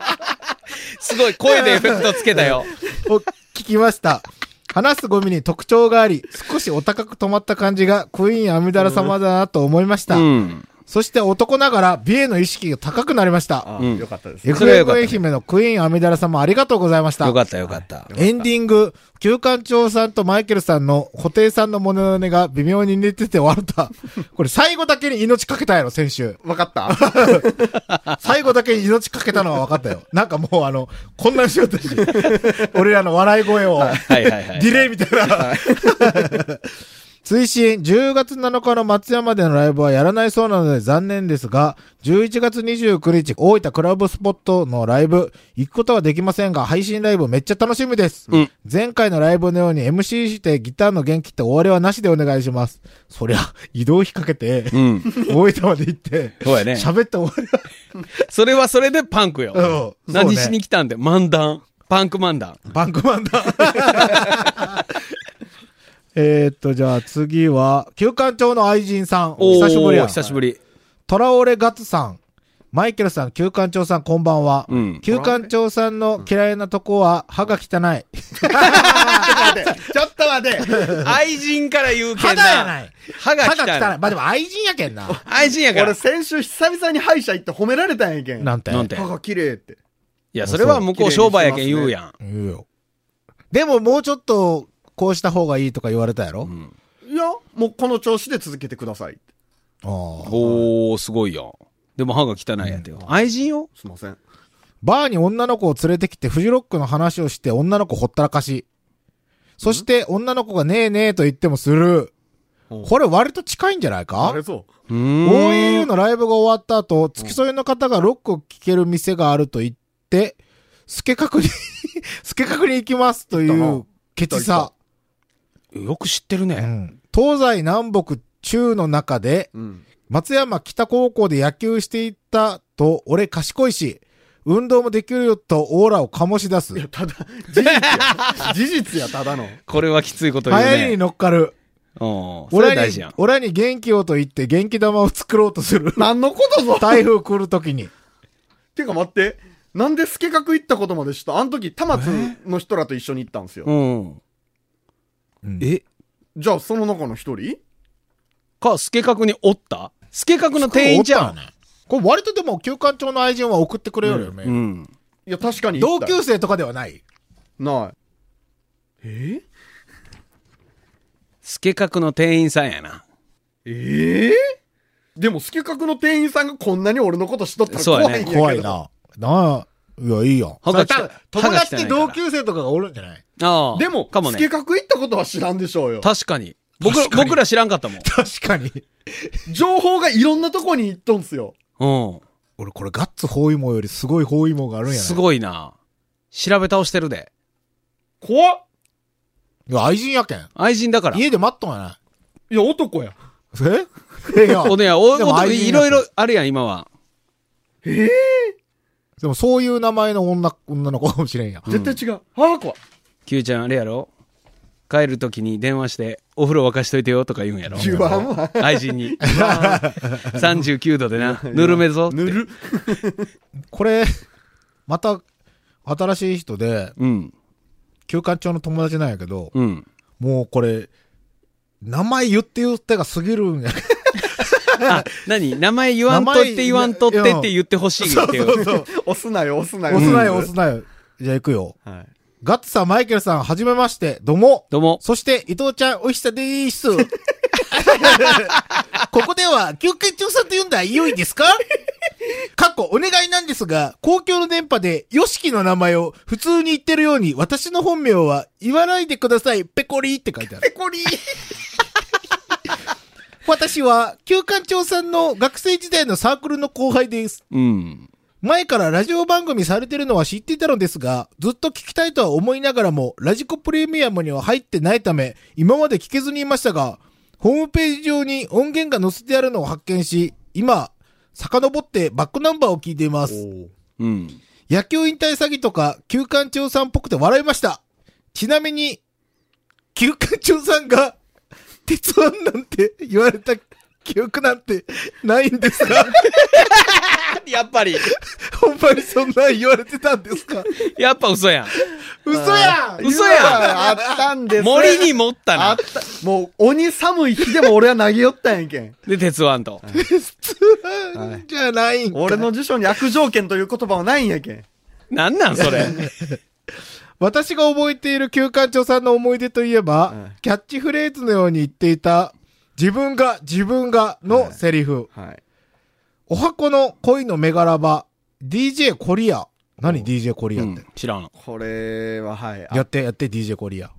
D: すごい声でエフェクトつけたよ。
B: オを聞きました。話すゴミに特徴があり、少しお高く止まった感じがクイーンアミダラ様だなと思いました。
D: うん。
B: そして男ながら美への意識が高くなりました。
C: ああ
D: うん
C: よかったです。
D: それはよ
B: FM
D: かった
B: 愛媛のクイーンアミダラ様ありがとうございました。
D: よかったよかった。
B: エンディング、旧館長さんとマイケルさんの布袋さんのモノマネが微妙に似てて笑った。これ最後だけに命かけたやろ、先週。
C: わかった
B: 最後だけ命かけたのは分かった
D: [laughs]
B: よ。なんかもうあの、こんなんしようとして、 [laughs] 俺らの笑い声を、
D: はいはいはい。
B: ディレイみたいな。追伸、10月7日の松山でのライブはやらないそうなので残念ですが、11月29日、大分クラブスポットのライブ、行くことはできませんが、配信ライブめっちゃ楽しみです。
D: うん
B: 前回のライブのように MC してギターの元気って終わりはなしでお願いします。そりゃ、移動費かけて、
D: うん。
B: 大分まで行って、
D: そうやね。
B: 喋って終わりは
D: それはそれでパンクよ。
B: うんそう
D: 何
B: ね
D: しに来たんで、漫談。パンク漫談。
B: バンクマンだ。 [laughs] えーっと、じゃあ次は、旧館長の愛人さん。お久しぶり
D: お
B: や
D: ー。久しぶり。
B: トラオレガツさん。マイケルさん、旧館長さん、こんばんは。
D: うん。
B: 旧館長さんの嫌いなとこは、歯が汚い。
C: ちょっと待て
D: 愛人から言うけん
B: 歯が
D: な。
B: やない。
D: 歯が
B: 歯
D: 汚い。
B: が汚い。まあでも愛人やけんな。
D: 愛人やか
C: 俺
D: ら。
C: 先週久々に歯医者行って褒められたんやけん。
B: なんて。
D: [laughs] なんて。
C: 歯が綺麗って。
D: いや、それは向こう商売やけん言うやん。
B: 言うよ。でももうちょっと、こうした方がいいとか言われたやろ、
D: うん
C: いや、もうこの調子で続けてくださいって。
B: ああ
D: おー、すごいよ。でも歯が汚いやてよ。愛人よ
C: すいません。
B: バーに女の子を連れてきてフジロックの話をして女の子ほったらかし。そして女の子がねえねえと言ってもする。
C: お
B: これ割と近いんじゃないか
C: あれそう。
D: うーん
B: ?OAU のライブが終わった後、付き添いの方がロックを聴ける店があると言って、スケカク [laughs] に、スケカクに行きますとい
C: 行ったな
B: うケチさ。
D: よく知ってる
B: う
D: ね。
B: ん東西南北中の中で、
C: うん。
B: 松山北高校で野球していたと、俺賢いし、運動もできるよとオーラを醸し出す。流
C: ただ、事実や。事実や、ただの。。
D: これはきついこと言う
B: 行りに
D: ね。
B: 乗っかる。
D: うん。それ
B: 俺
D: は大事
B: に
D: やん。、
B: 俺に元気をと言って元気玉を作ろうとする
C: 何のことぞ
B: 台風来るときに。
C: てか待って。なんでスケ角行ったことまで知ったあの時、田松の人らと一緒に行ったんですよ。
D: うん。え
C: じゃあ、その中の一人
D: か、スケ角におったスケ角の店員じゃ
B: おっ
D: ん。
B: たよねこれ割とでも、休館長の愛人は送ってくれるよね。
D: うん。
C: いや、確かに行
B: 同
C: った
B: 級生とかではない。
C: ない。え
D: スケ角の店員さんやな。
C: えええでも、スケカクの店員さんがこんなに俺のことしとったら怖いんやけど。
B: 怖い。な。なあ、いや、いいよ。
D: 歯
B: そ
D: が
B: れ
D: きた
B: 多分友達って
D: 歯が汚い
B: 同
D: から
B: 級生とかがおるんじゃない
D: ああ。
C: でも、
D: かも
C: スケ
D: ね。
C: カク行ったことは知らんでしょうよ。
D: 確かに。僕ら
B: 確かに
D: 僕ら知らんかったもん。
B: 確かに。
C: 情報がいろんなとこに行っとんすよ。
D: うん。
B: 俺、これガッツ包囲網よりすごい包囲網があるんやない
D: すごいな。調べ倒してるで。
C: 怖っ
B: いや、愛人やけん。
D: 愛人だから。
B: 家で待っとんやない
C: や、男や。
B: えいや、
D: おねや、お、
B: でも
D: お
B: 愛人
D: い
B: や
D: ろいろあるやん、今は。
B: でもそういう名前の女、女の子かもしれんや。
C: 絶対違う。母あ、怖い。
D: キューちゃん、あれやろ帰るときに電話して、お風呂沸かしといてよとか言うんやろ。
C: 10番は。
D: [laughs] 愛人に。39度でな、ぬるめぞ。
C: ぬる。
B: これ、 [laughs] また、新しい人で、
D: うん。
B: 休館長の友達なんやけど、
D: うん。
B: もうこれ、名前言って言ってが過ぎるんや。
D: あ、何名前言わんとって言わんとってって言ってほしいっていう。
C: 押すなよ、押すなよ。
B: 押すなよ、押すなよ。じゃあ行くよ。
C: はい。
B: ガッツさん、マイケルさん、はじめまして。どうも。
D: どうも。
B: そして、伊藤ちゃん、おひさでー
C: [laughs]
B: す。ここでは、休憩中さんと呼んだら良いですか過去お願いなんですが、公共の電波で、ヨシキの名前を普通に言ってるように、私の本名は言わないでください、ペコリーって書いてある。
C: ペコリ
B: [laughs] 私は、休館長さんの学生時代のサークルの後輩です。
D: うん。
B: 前からラジオ番組されてるのは知っていたのですが、ずっと聞きたいとは思いながらも、ラジコプレミアムには入ってないため、今まで聞けずにいましたが、ホームページ上に音源が載せてあるのを発見し、今、遡ってバックナンバーを聞いています。
D: うん。
B: 野球引退詐欺とか、休館長さんっぽくて笑いました。ちなみに、休館長さんが、鉄腕なんて言われた記憶なんてないんですが、
D: やっぱり、
B: ほんまにそんなん言われてたんですか
D: やっぱ嘘やん。
B: 嘘やん
D: 嘘や
C: あったんです。
D: 森に持った
C: あ
D: な
C: っ。た。もう、鬼寒い日でも俺は投げ寄ったんや [laughs] けん。
D: で、鉄腕と。
B: んじゃないんか
C: 俺の辞書に悪条件という言葉はないんやけん。
D: なんなんそれ。
B: 私が覚えている旧館長さんの思い出といえば、
C: うん
B: キャッチフレーズのように言っていた、自分が自分がのセリフ、
C: はい。
B: お箱の恋のメガラバ、DJ コリア。何 DJ コリア
D: う
B: って、
D: ん知らん。
C: これは、はい。
B: やって、やって DJ コリア。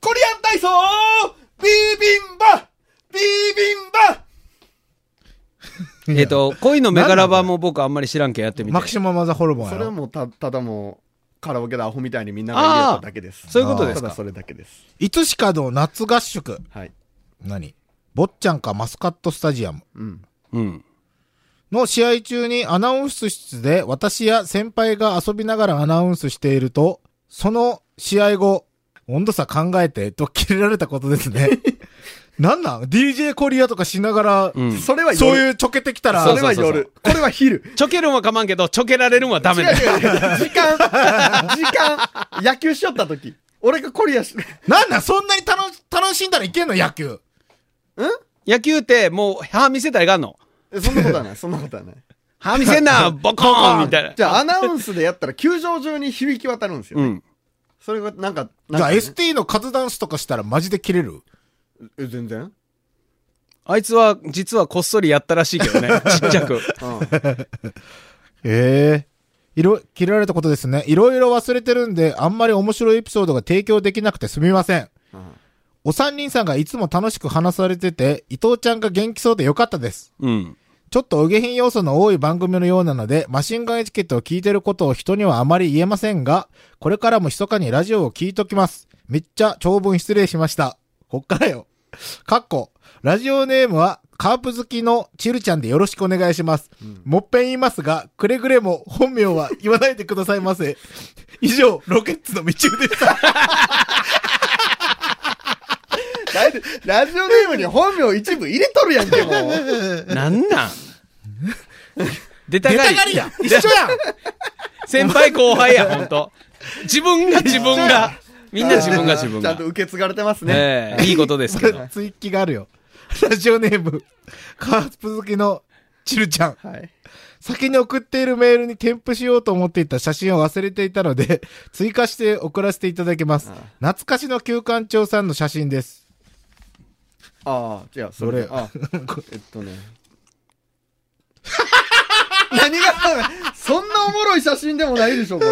C: コリアン体操ビービンバビービンバ
D: えっと、恋のメガラバも僕あんまり知らんけんやってみて
B: マ。キシママザホルモンや
C: それは
B: ろ。
C: もうた、ただもう、カラオケでアホみたいにみんなが入れただけです。
D: そういうことです
C: ただ
D: か
C: そ。れだけです。
B: いつしかの夏合宿。
C: はい。
B: 何坊っちゃんかマスカットスタジアム。
C: うん。
D: うん。
B: の試合中にアナウンス室で私や先輩が遊びながらアナウンスしていると、その試合後、温度差考えてと切れられたことです
D: [laughs]
B: ね。なんなん ?DJ コリアとかしながら、
D: うん。
C: それは夜。
B: そういうちょけてきたら、
C: それは
D: そうそうそう
C: 夜。これは昼。
D: ちょけるんはかまんけど、ちょけられるんはダメだ。
C: 違う違う違う時
D: [laughs]
C: 間、時間、野球しよった時。俺がコリアし、
B: なんなんそんなに楽し楽しんだらいけんの野球。
D: 野球ってもう歯見せたらいかんの。
C: そんなことはない、そんなことはない。
D: 歯見せんな、 [laughs] ボコーンみたいな。
C: じゃあアナウンスでやったら球場中に響き渡るんですよ
D: う
C: ね。
D: ん。
C: それがなんか、
B: じ
C: なん
B: ゃあ
C: か
B: ST のカズダンスとかしたらマジで切れる。
C: え全然。
D: あいつは、実はこっそりやったらしいけどね。ちっちゃく。
C: うん。
B: ええいろ、切られたことですね。いろいろ忘れてるんで、あんまり面白いエピソードが提供できなくてすみません。
C: うん
B: お三人さんがいつも楽しく話されてて、伊藤ちゃんが元気そうでよかったです。
D: うん。
B: ちょっとお下品要素の多い番組のようなので、マシンガンエチケットを聞いてることを人にはあまり言えませんが、これからも密かにラジオを聞いときます。めっちゃ長文失礼しました。こっからよ。かっこ、ラジオネームは、カープ好きのチルちゃんでよろしくお願いします。もっぺん言いますが、くれぐれも本名は言わないでくださいませ。以上、ロケッツの道中で [laughs] した。
C: だいぶラジオネームに本名一部入れとるやんけ、もう。
D: なんなん出た
B: 出
D: が
B: た
D: り。
B: がりや一緒やん
D: [laughs] 先輩後輩や、ほんと。自分が自分が。みんな [laughs] 自分が自分
C: ちゃん
D: が
C: と。受け継がれてますね。
D: ええ、いいことです
B: [laughs]
D: けど。
B: ツイッキがあるよ。ラジオネーム、カープ好きのチルちゃん。
C: はい。
B: 先に送っているメールに添付しようと思っていた写真を忘れていたので、 [laughs] 追加して送らせていただきます。懐かしの旧館長さんの写真です。
C: ああ、違う、それ。
B: どれ
C: あえっとね。 [laughs] 何が、そんなおもろい写真でもないでしょ、これ。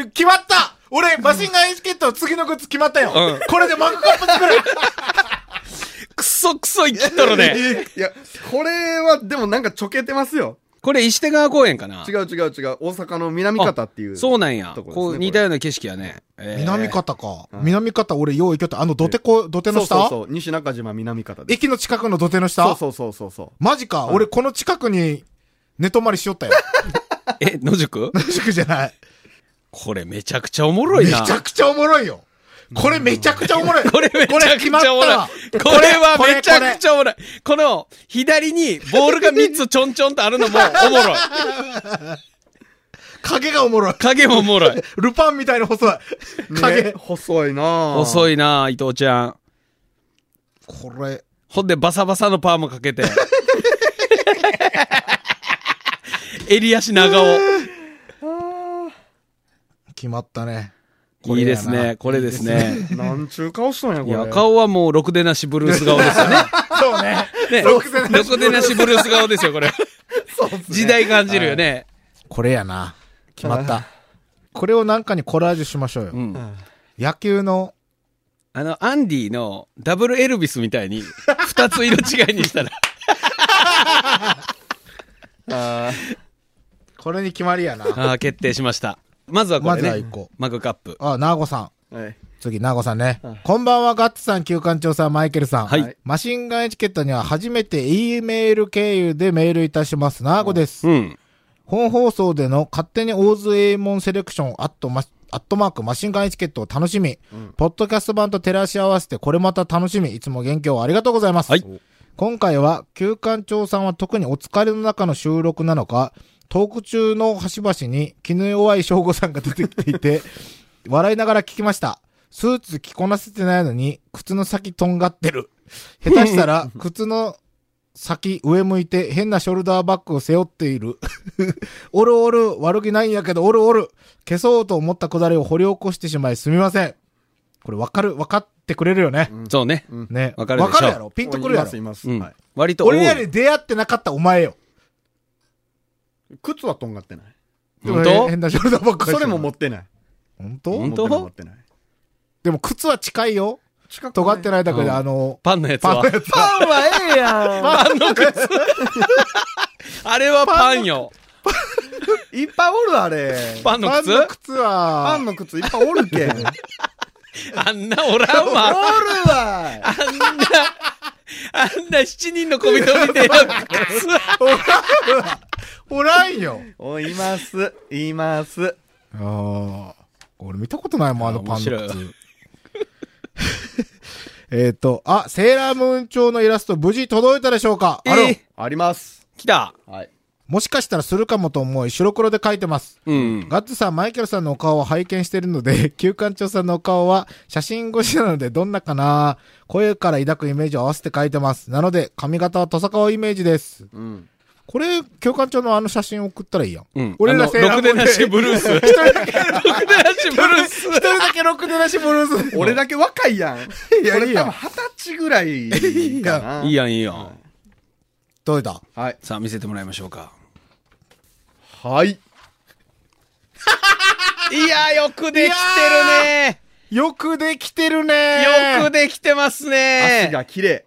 B: え決まった俺、マシンガンエチケットの次のグッズ決まったよ。
D: うん
B: これでマグカップ作る
D: くそくそ生きっとるね。
C: いや、これはでもなんかちょけてますよ。
D: これ石手川公園かな
C: 違う違う違う。大阪の南方っていう。
D: そうなんや。
C: とこです
D: こ
C: ねこ
D: う
C: れ
D: 似たような景色やね。えー
B: [laughs] 南方か。
C: うん
B: 南方、俺、よう行きよった。あの、土手こ、土手の
C: そう
B: 下
C: そうそう。西中島南方です。
B: 駅の近くの土手の下
C: そうそうそうそうそう。
B: マジか。俺、この近くに寝泊まりしよった
D: [laughs]
B: よ。
D: [laughs] え、野宿
B: マジくじゃない。
D: これめちゃくちゃおもろ
B: め
D: い
B: ち
D: な。
B: ゃくちゃおもろいよ。これめちゃくちゃおもろい。
D: これめちゃく
B: 決
D: ち
B: まっ
D: ゃ
B: た
D: おもろ
B: わ
D: い。これはめちゃくち
B: ゃ。
D: ゃおもろい。この左にボールが3つちょんちょんとあるのもおもろい。
B: 影がおもろい。
D: 影もおもろい。
B: ルパンみたいに細い。
C: ね
B: 影。
C: 細いな
D: 遅
C: い。
D: いな伊藤ちゃん。
B: これ、
D: ほんでバサバサのパーもかけて。襟足長尾。
B: 決まったね。こ
D: い
B: れ
D: い
B: やな
D: ですね。これですね。
C: なんちゅう顔しとんや、
D: い
C: こ
D: や、
C: れ。
D: 顔はもう、ろくでなしブルース顔ですよね。
B: [laughs] そうね。
D: ね、ろくでなしブルース顔ですよ、
B: [laughs]
D: これ。時代感じるよね。
B: これやな。決まった。 [laughs] これをなんかにコラージュしましょうよ。
D: うん。
B: 野球の、
D: あの、アンディのダブルエルビスみた
B: [laughs]
D: いに、二つ色違いにしたら、
C: あ
B: これに決まりやな。
D: ああ、決定しました。まずはこ
B: [laughs] ま
D: れ
B: ずは一
D: ね
B: 個。
D: マグカップ。
B: あ、ナーゴさん。
C: ーはい。
B: 次、ナーゴさんね
C: うん。
B: こんばんは、ガッツさん、旧館長さん、マイケルさん。
D: はい
B: マシンガンエチケットには初めて E メール経由でメールいたします。ナーゴです。
D: うん。
B: 本放送での勝手に大津エイモンセレクションアットマアットマークマシンガンエチケットを楽しみ、ポッドキャスト版と照らし合わせてこれまた楽しみ、いつも元気をありがとうございます。
D: はい
B: 今回は、休館長さんは特にお疲れの中の収録なのか、トーク中の端々に気の弱い翔吾さんが出てきてい
D: [laughs]
B: て、笑いながら聞きました。スーツ着こなせてないのに、靴の先とんがってる。下手した
D: [laughs]
B: ら、靴の先上向いて変なショルダーバッグを背負っている。おるおる、悪気ないんやけど、おるおる。消そうと思ったくだりを掘り起こしてしまいすみません。これわかる、わかってくれるよね。
D: そうね。
B: ね。
D: わかるでしょ
B: わかるやろピンとくるや
C: います、い
B: ろ
C: ます。
D: う
C: は
D: ん。割と多い。
B: 俺らに出会ってなかったお前よ。
C: い。靴はとんがってない。
B: でも
D: 本当
B: 変なショルダーばっかりして
C: そ
B: る
C: れも持ってない。
B: 本
D: う
B: 当
D: ん本当
C: 持ってない持ってない。
B: でも靴は近いよ。
C: 近く
B: 尖って
C: ない。
B: ないだけで、
D: うん
B: あの、
D: パンのやつ
B: パン
D: は
B: の。やつ。
C: パンはええやん。
D: パンの靴。あれはパンよ。
C: いっぱいおるあれ。
D: パンの
B: パン
D: 靴
B: の靴は
C: パ、ンの靴いっぱいおるけん。おる
D: あんなおらん
B: [laughs]
D: わ。
C: わ
D: あんな、あんな七人の小人みたいな靴
B: おらん
D: [laughs]
B: よ。
C: おいます、います。
B: ああ。俺見たことないもん、あのパンの
D: 面白
B: 靴。えっと、あ、セーラームーン調のイラスト無事届いたでしょうかあ
D: え
B: れ
D: ー
C: あります。
D: 来た。
C: はい。
B: もしかしたらするかもと思い、白黒で書いてます。
D: うん。
B: ガッツさん、マイケルさんのお顔を拝見しているので、 [laughs] 旧館長さんのお顔は写真越しなのでどんなかな声から抱くイメージを合わせて書いてます。なので、髪型は土佐川イメージです。
C: うん。
B: これ、旧館長のあの写真送ったらいいやん。
D: うん。
B: 俺ら
D: あの
B: セーラームーン
D: ろくでなしブルース。ろくでなしブルース。
B: 一人だけろくでなしブルース。
C: 俺だけ若いやん。
B: いや
C: 俺
B: いいや
C: 多分二十歳ぐらいかな。
D: いいやん、いいやん。
B: どうだ
C: はい。
D: さあ、見せてもらいましょうか。
C: はい。
D: いや、よくできて
B: よくできてるね
D: るね。よくできてますね
C: 足。が綺麗。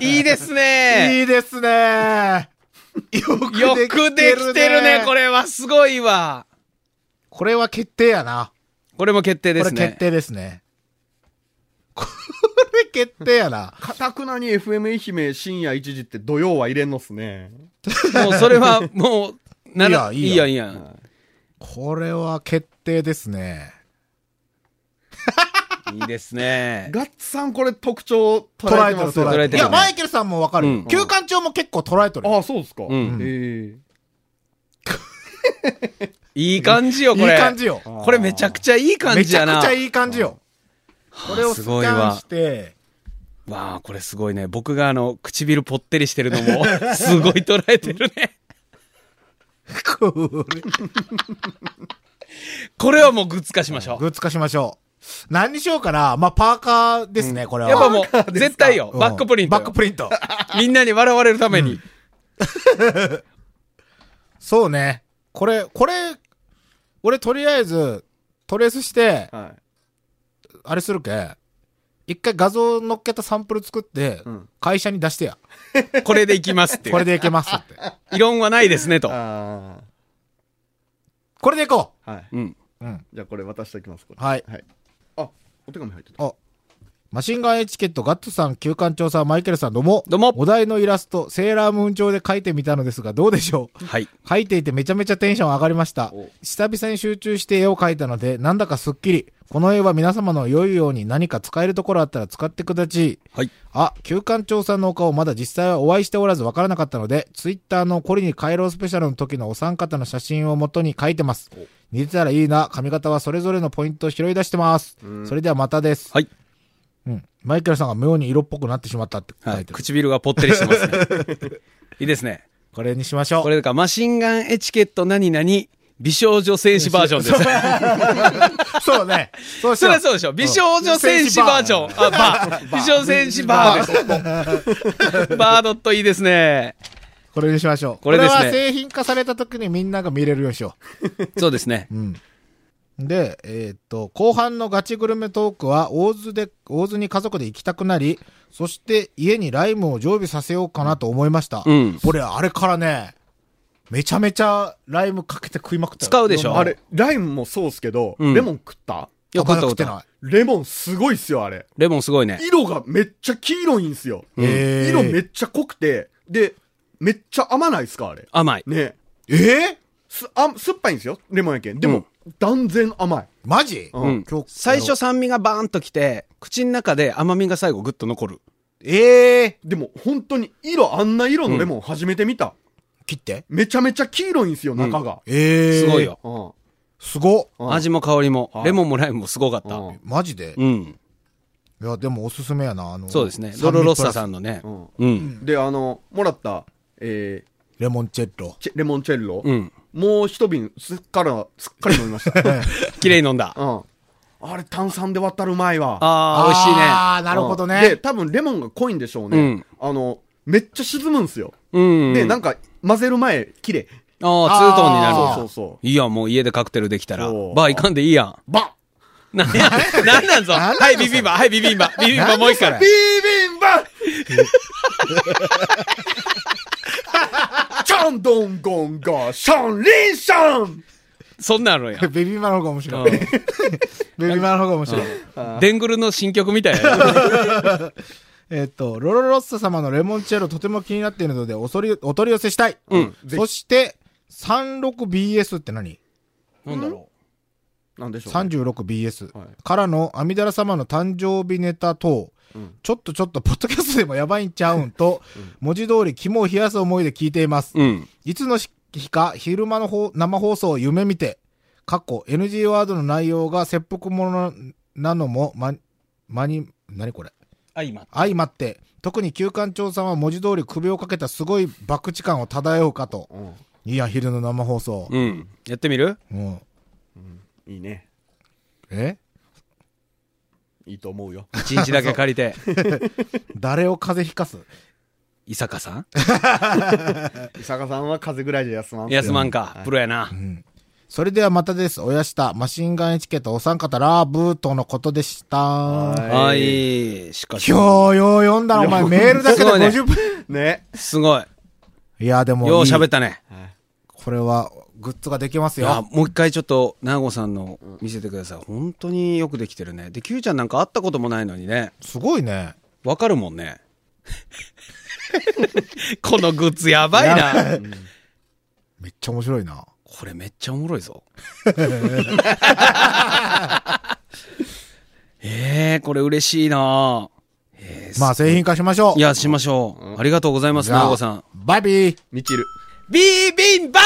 D: いいですね。
B: いいですねよく
D: よくできてるね。こ
B: れ。
D: れはすごいわ。
B: これは決定やな。
D: これも決定で
B: これ
D: すね
B: 決。定ですね。これ決定やな。
C: かたくなに FM 愛媛深夜1時って土曜は入れんのっすね。
D: もうそれは、もう、なら、い
B: い
D: い
B: いや
D: やん、
B: ん
D: い
B: い
D: いやん。
B: これは決定ですね。
D: いいですね。
C: ガッツさんこれ特徴捉
B: 捉
C: え
B: えて
C: て
B: る
C: ますよ。
B: 捉え
D: 捉え
B: てる。い
D: てる
B: や、マイケルさんもわかる
D: うん
B: よ。休館長も結構捉えとるよ。
C: ああ、そうですか。
D: ん
C: ええ
D: いい感じよ、こ
B: いい
D: れ。
B: 感じよ。
D: これめちゃくちゃいい感
B: め
D: じ
B: ちゃ
D: やな。
B: くちゃいい感じよ。
D: はあ
B: これをス
D: す
B: キ
D: ごい
B: ャン
D: わ
B: し。て、
D: わあ、これすごいね。僕があの、唇ぽってりしてるのも、 [laughs] すごい捉えてるね。
B: これ
D: これはもうグッズ化しましょう。
B: グッズ化しましょう。何にしようかな。まあ、パーカーですね、これは。
D: やっぱもう、
C: ですか
D: 絶対よ。
B: うん
D: バックプリントよ。
B: バックプリ
D: [laughs]
B: ント。
D: みんなに笑われるために。
B: そうね。これ、これ、俺とりあえず、トレースして、
C: はい。
B: あれするけ。一回画像乗っけたサンプル作って
C: うん、
B: 会社に出してや。
D: これでいきますっていう。
B: これでいけますって。
D: 異論はないですね、と。
C: あ
B: これでいこ
C: あ。はい。
D: うん。
B: う。うん。
C: じゃあこれ渡しておきます、これ。
B: はい。
C: はい。あ、お手紙入ってた。
B: あ、マシンガンエチケット、ガッツさん、旧館長さん、マイケルさん、どうも。
D: どうも
B: お題のイラスト、セーラームーン調で描いてみたのですが、どうでしょう
D: はい。
B: 描いていてめちゃめちゃテンション上がりました
C: お。
B: 久々に集中して絵を描いたので、なんだかすっきり。この絵は皆様の良いように何か使えるところあったら使ってくだち。
D: はい。
B: あ、旧館長さんのお顔まだ実際はお会いしておらずわからなかったので、ツイッターのコリに回廊スペシャルの時のお三方の写真を元に書いてます。似てたらいいな、髪型はそれぞれのポイントを拾い出してます。それではまたです。
D: はい。
B: うん。マイケルさんが妙に色っぽくなってしまったって書い
D: は
B: て
D: い。
B: る。
D: 唇がぽってりしてますね。いいですね。
B: これにしましょう。
D: これだから、マシンガンエチケット何々、美少女戦士バージョンです。
B: そうね。そうし
D: そ
B: よ
D: りゃそうでしょ。美少女戦士バージョン。あ、
C: [laughs]
D: バー。美少女戦士バーです。バードットいいですね。
B: これにしましょう。
D: これですね
B: は製品化された時にみんなが見れるようにしよ
D: そうですね。
B: う。うん。で、えーっと、後半のガチグルメトークは、大津で、大津に家族で行きたくなり、そして家にライムを常備させようかなと思いました。
D: うん
B: これ、あれからね、めちゃめちゃライムかけて食いまくったよ。
D: 使うでしょ
B: あ
C: あ
B: れ
C: れ、ライムもそうっすけど、
D: うん
C: レモン食った
D: よく
B: 食
D: 食
B: っ
D: ってて
B: な。
D: ない
C: レモンすごいっすよ、あれ。
D: レモンすごいね。
C: 色がめっちゃ黄色いんすよ。
D: うん
B: えー
C: 色めっちゃ濃くて、で、めっちゃ甘ないっすか、あれ。
D: 甘い。
C: ね
B: えー
C: す、あ、酸っぱいんですよ、レモンやけん。でも、断然甘い。
B: マジ
C: うん
D: うん
B: 今日。
D: 最初酸味がバーンときて、口の中で甘みが最後グッと残る。
B: ええ
C: でも、本当に色、あんな色のレモン初めて見た。
B: ー、切って。
C: めちゃめちゃ黄色いんすよ、中が。
B: ええー、
D: すごいよ。。
C: うん。
B: すごっ。
C: うん
D: 味も香りも
C: は、い
D: レモンもライムもすごかった。
C: うん
B: マジで、
D: うん。
B: いや、でもおすすめやな、あの。
D: そうですね。ドロロッサさ
B: ん。
D: んのね
C: う。ん
D: うん。
C: で、あの、もらった、えー
B: レモンチェッロ。
C: チェレモンチェッロ。
D: うん。
C: もう一瓶、すっから、すっかり飲みま
D: [laughs]
C: した。
D: 綺麗に飲んだ。
C: うん。あれ、炭酸で割ったらうまいわ。
D: あー、美味しいね。
B: あー、なるほど
C: うんで、
B: ね。
C: 多分レモンが濃いんでしょうね。
D: うん
C: あの、めっちゃ沈むんすよ。
D: うん。
C: で、なんか、混ぜる前、綺麗。
D: ああ、ツートーンになる
C: そ
D: わ
C: うそうそう。
D: いいやん、もう家でカクテルできたら。バ
C: そう
D: ー行かんでいいやん。
C: バ
D: なんやなんなんぞ。
B: なんなんぞ
D: はい、ビビンバ。はい、ビビンバ。ビビンバもう一回
C: ッ。ビービ
D: [laughs]
C: ンバチャンドンゴンガシャンリンシャン
D: そんなんあるんや。
B: ベビーマンの方が面白い。ベビーマンの方が面白い。
D: うんデングルの新曲みたいな。
B: えっと、ロロロッサ様のレモンチェッロとても気になっているので、おそり、お取り寄せしたい。
D: うん
B: そして、36BS って何
D: なんだろ
C: なんでしょう、ね、
B: ?36BS
C: はい
B: からの阿弥陀様の誕生日ネタ等、
C: うん
B: ちょっとちょっとポッドキャストでもやばいんちゃうんと、文字通り肝を冷やす思いで聞いています。
D: う。うん。
B: いつの日か昼間のほう生放送を夢見て、過去 NG ワードの内容が切腹ものなのも、ま、まに、何これ
D: あ、今。
B: 相まって、特に旧館長さんは文字通り首をかけたすごい博打感を漂うかと。いや、昼の生放送。
D: うん。やってみる
B: うん。
C: うん。いいね。
B: え
C: いいと思うよ。
D: 一日だけ借り
B: [laughs]
D: て。
B: 誰を風邪ひかす
D: 伊坂さん
C: 伊坂さんは風邪ぐらいで休まんすよ
D: 安まんか。プロやな。
B: それではまたです。おやした、マシンガンエチケットお三方、ラブーとのことでした。
C: は
D: はい。しかし。
B: 今日よう読んだなお前、メールだけです
D: ごいね
B: 50分。
C: ね。
D: すごい。
B: いや、でもいい、
D: よう喋ったね。
B: これは、グッズができます
D: いや、
B: よ。
D: もう一回ちょっと、なごさんの見せてください。本当によくできてるね。で、キューちゃんなんか会ったこともないのにね。
B: すごいね。
D: わかるも
B: [laughs]
D: んね。このグッズやばいな。
B: めっちゃ面白いな。
D: これめっちゃおもろい
B: [laughs]
D: ぞ。ええこれ嬉しいな。ええ
B: まあ、製品化しましょう。
D: いや、しましょう。ありがとうございます、
B: じゃあ
D: なごさん。。
B: バイビー。
C: みちる。
D: ビービンバー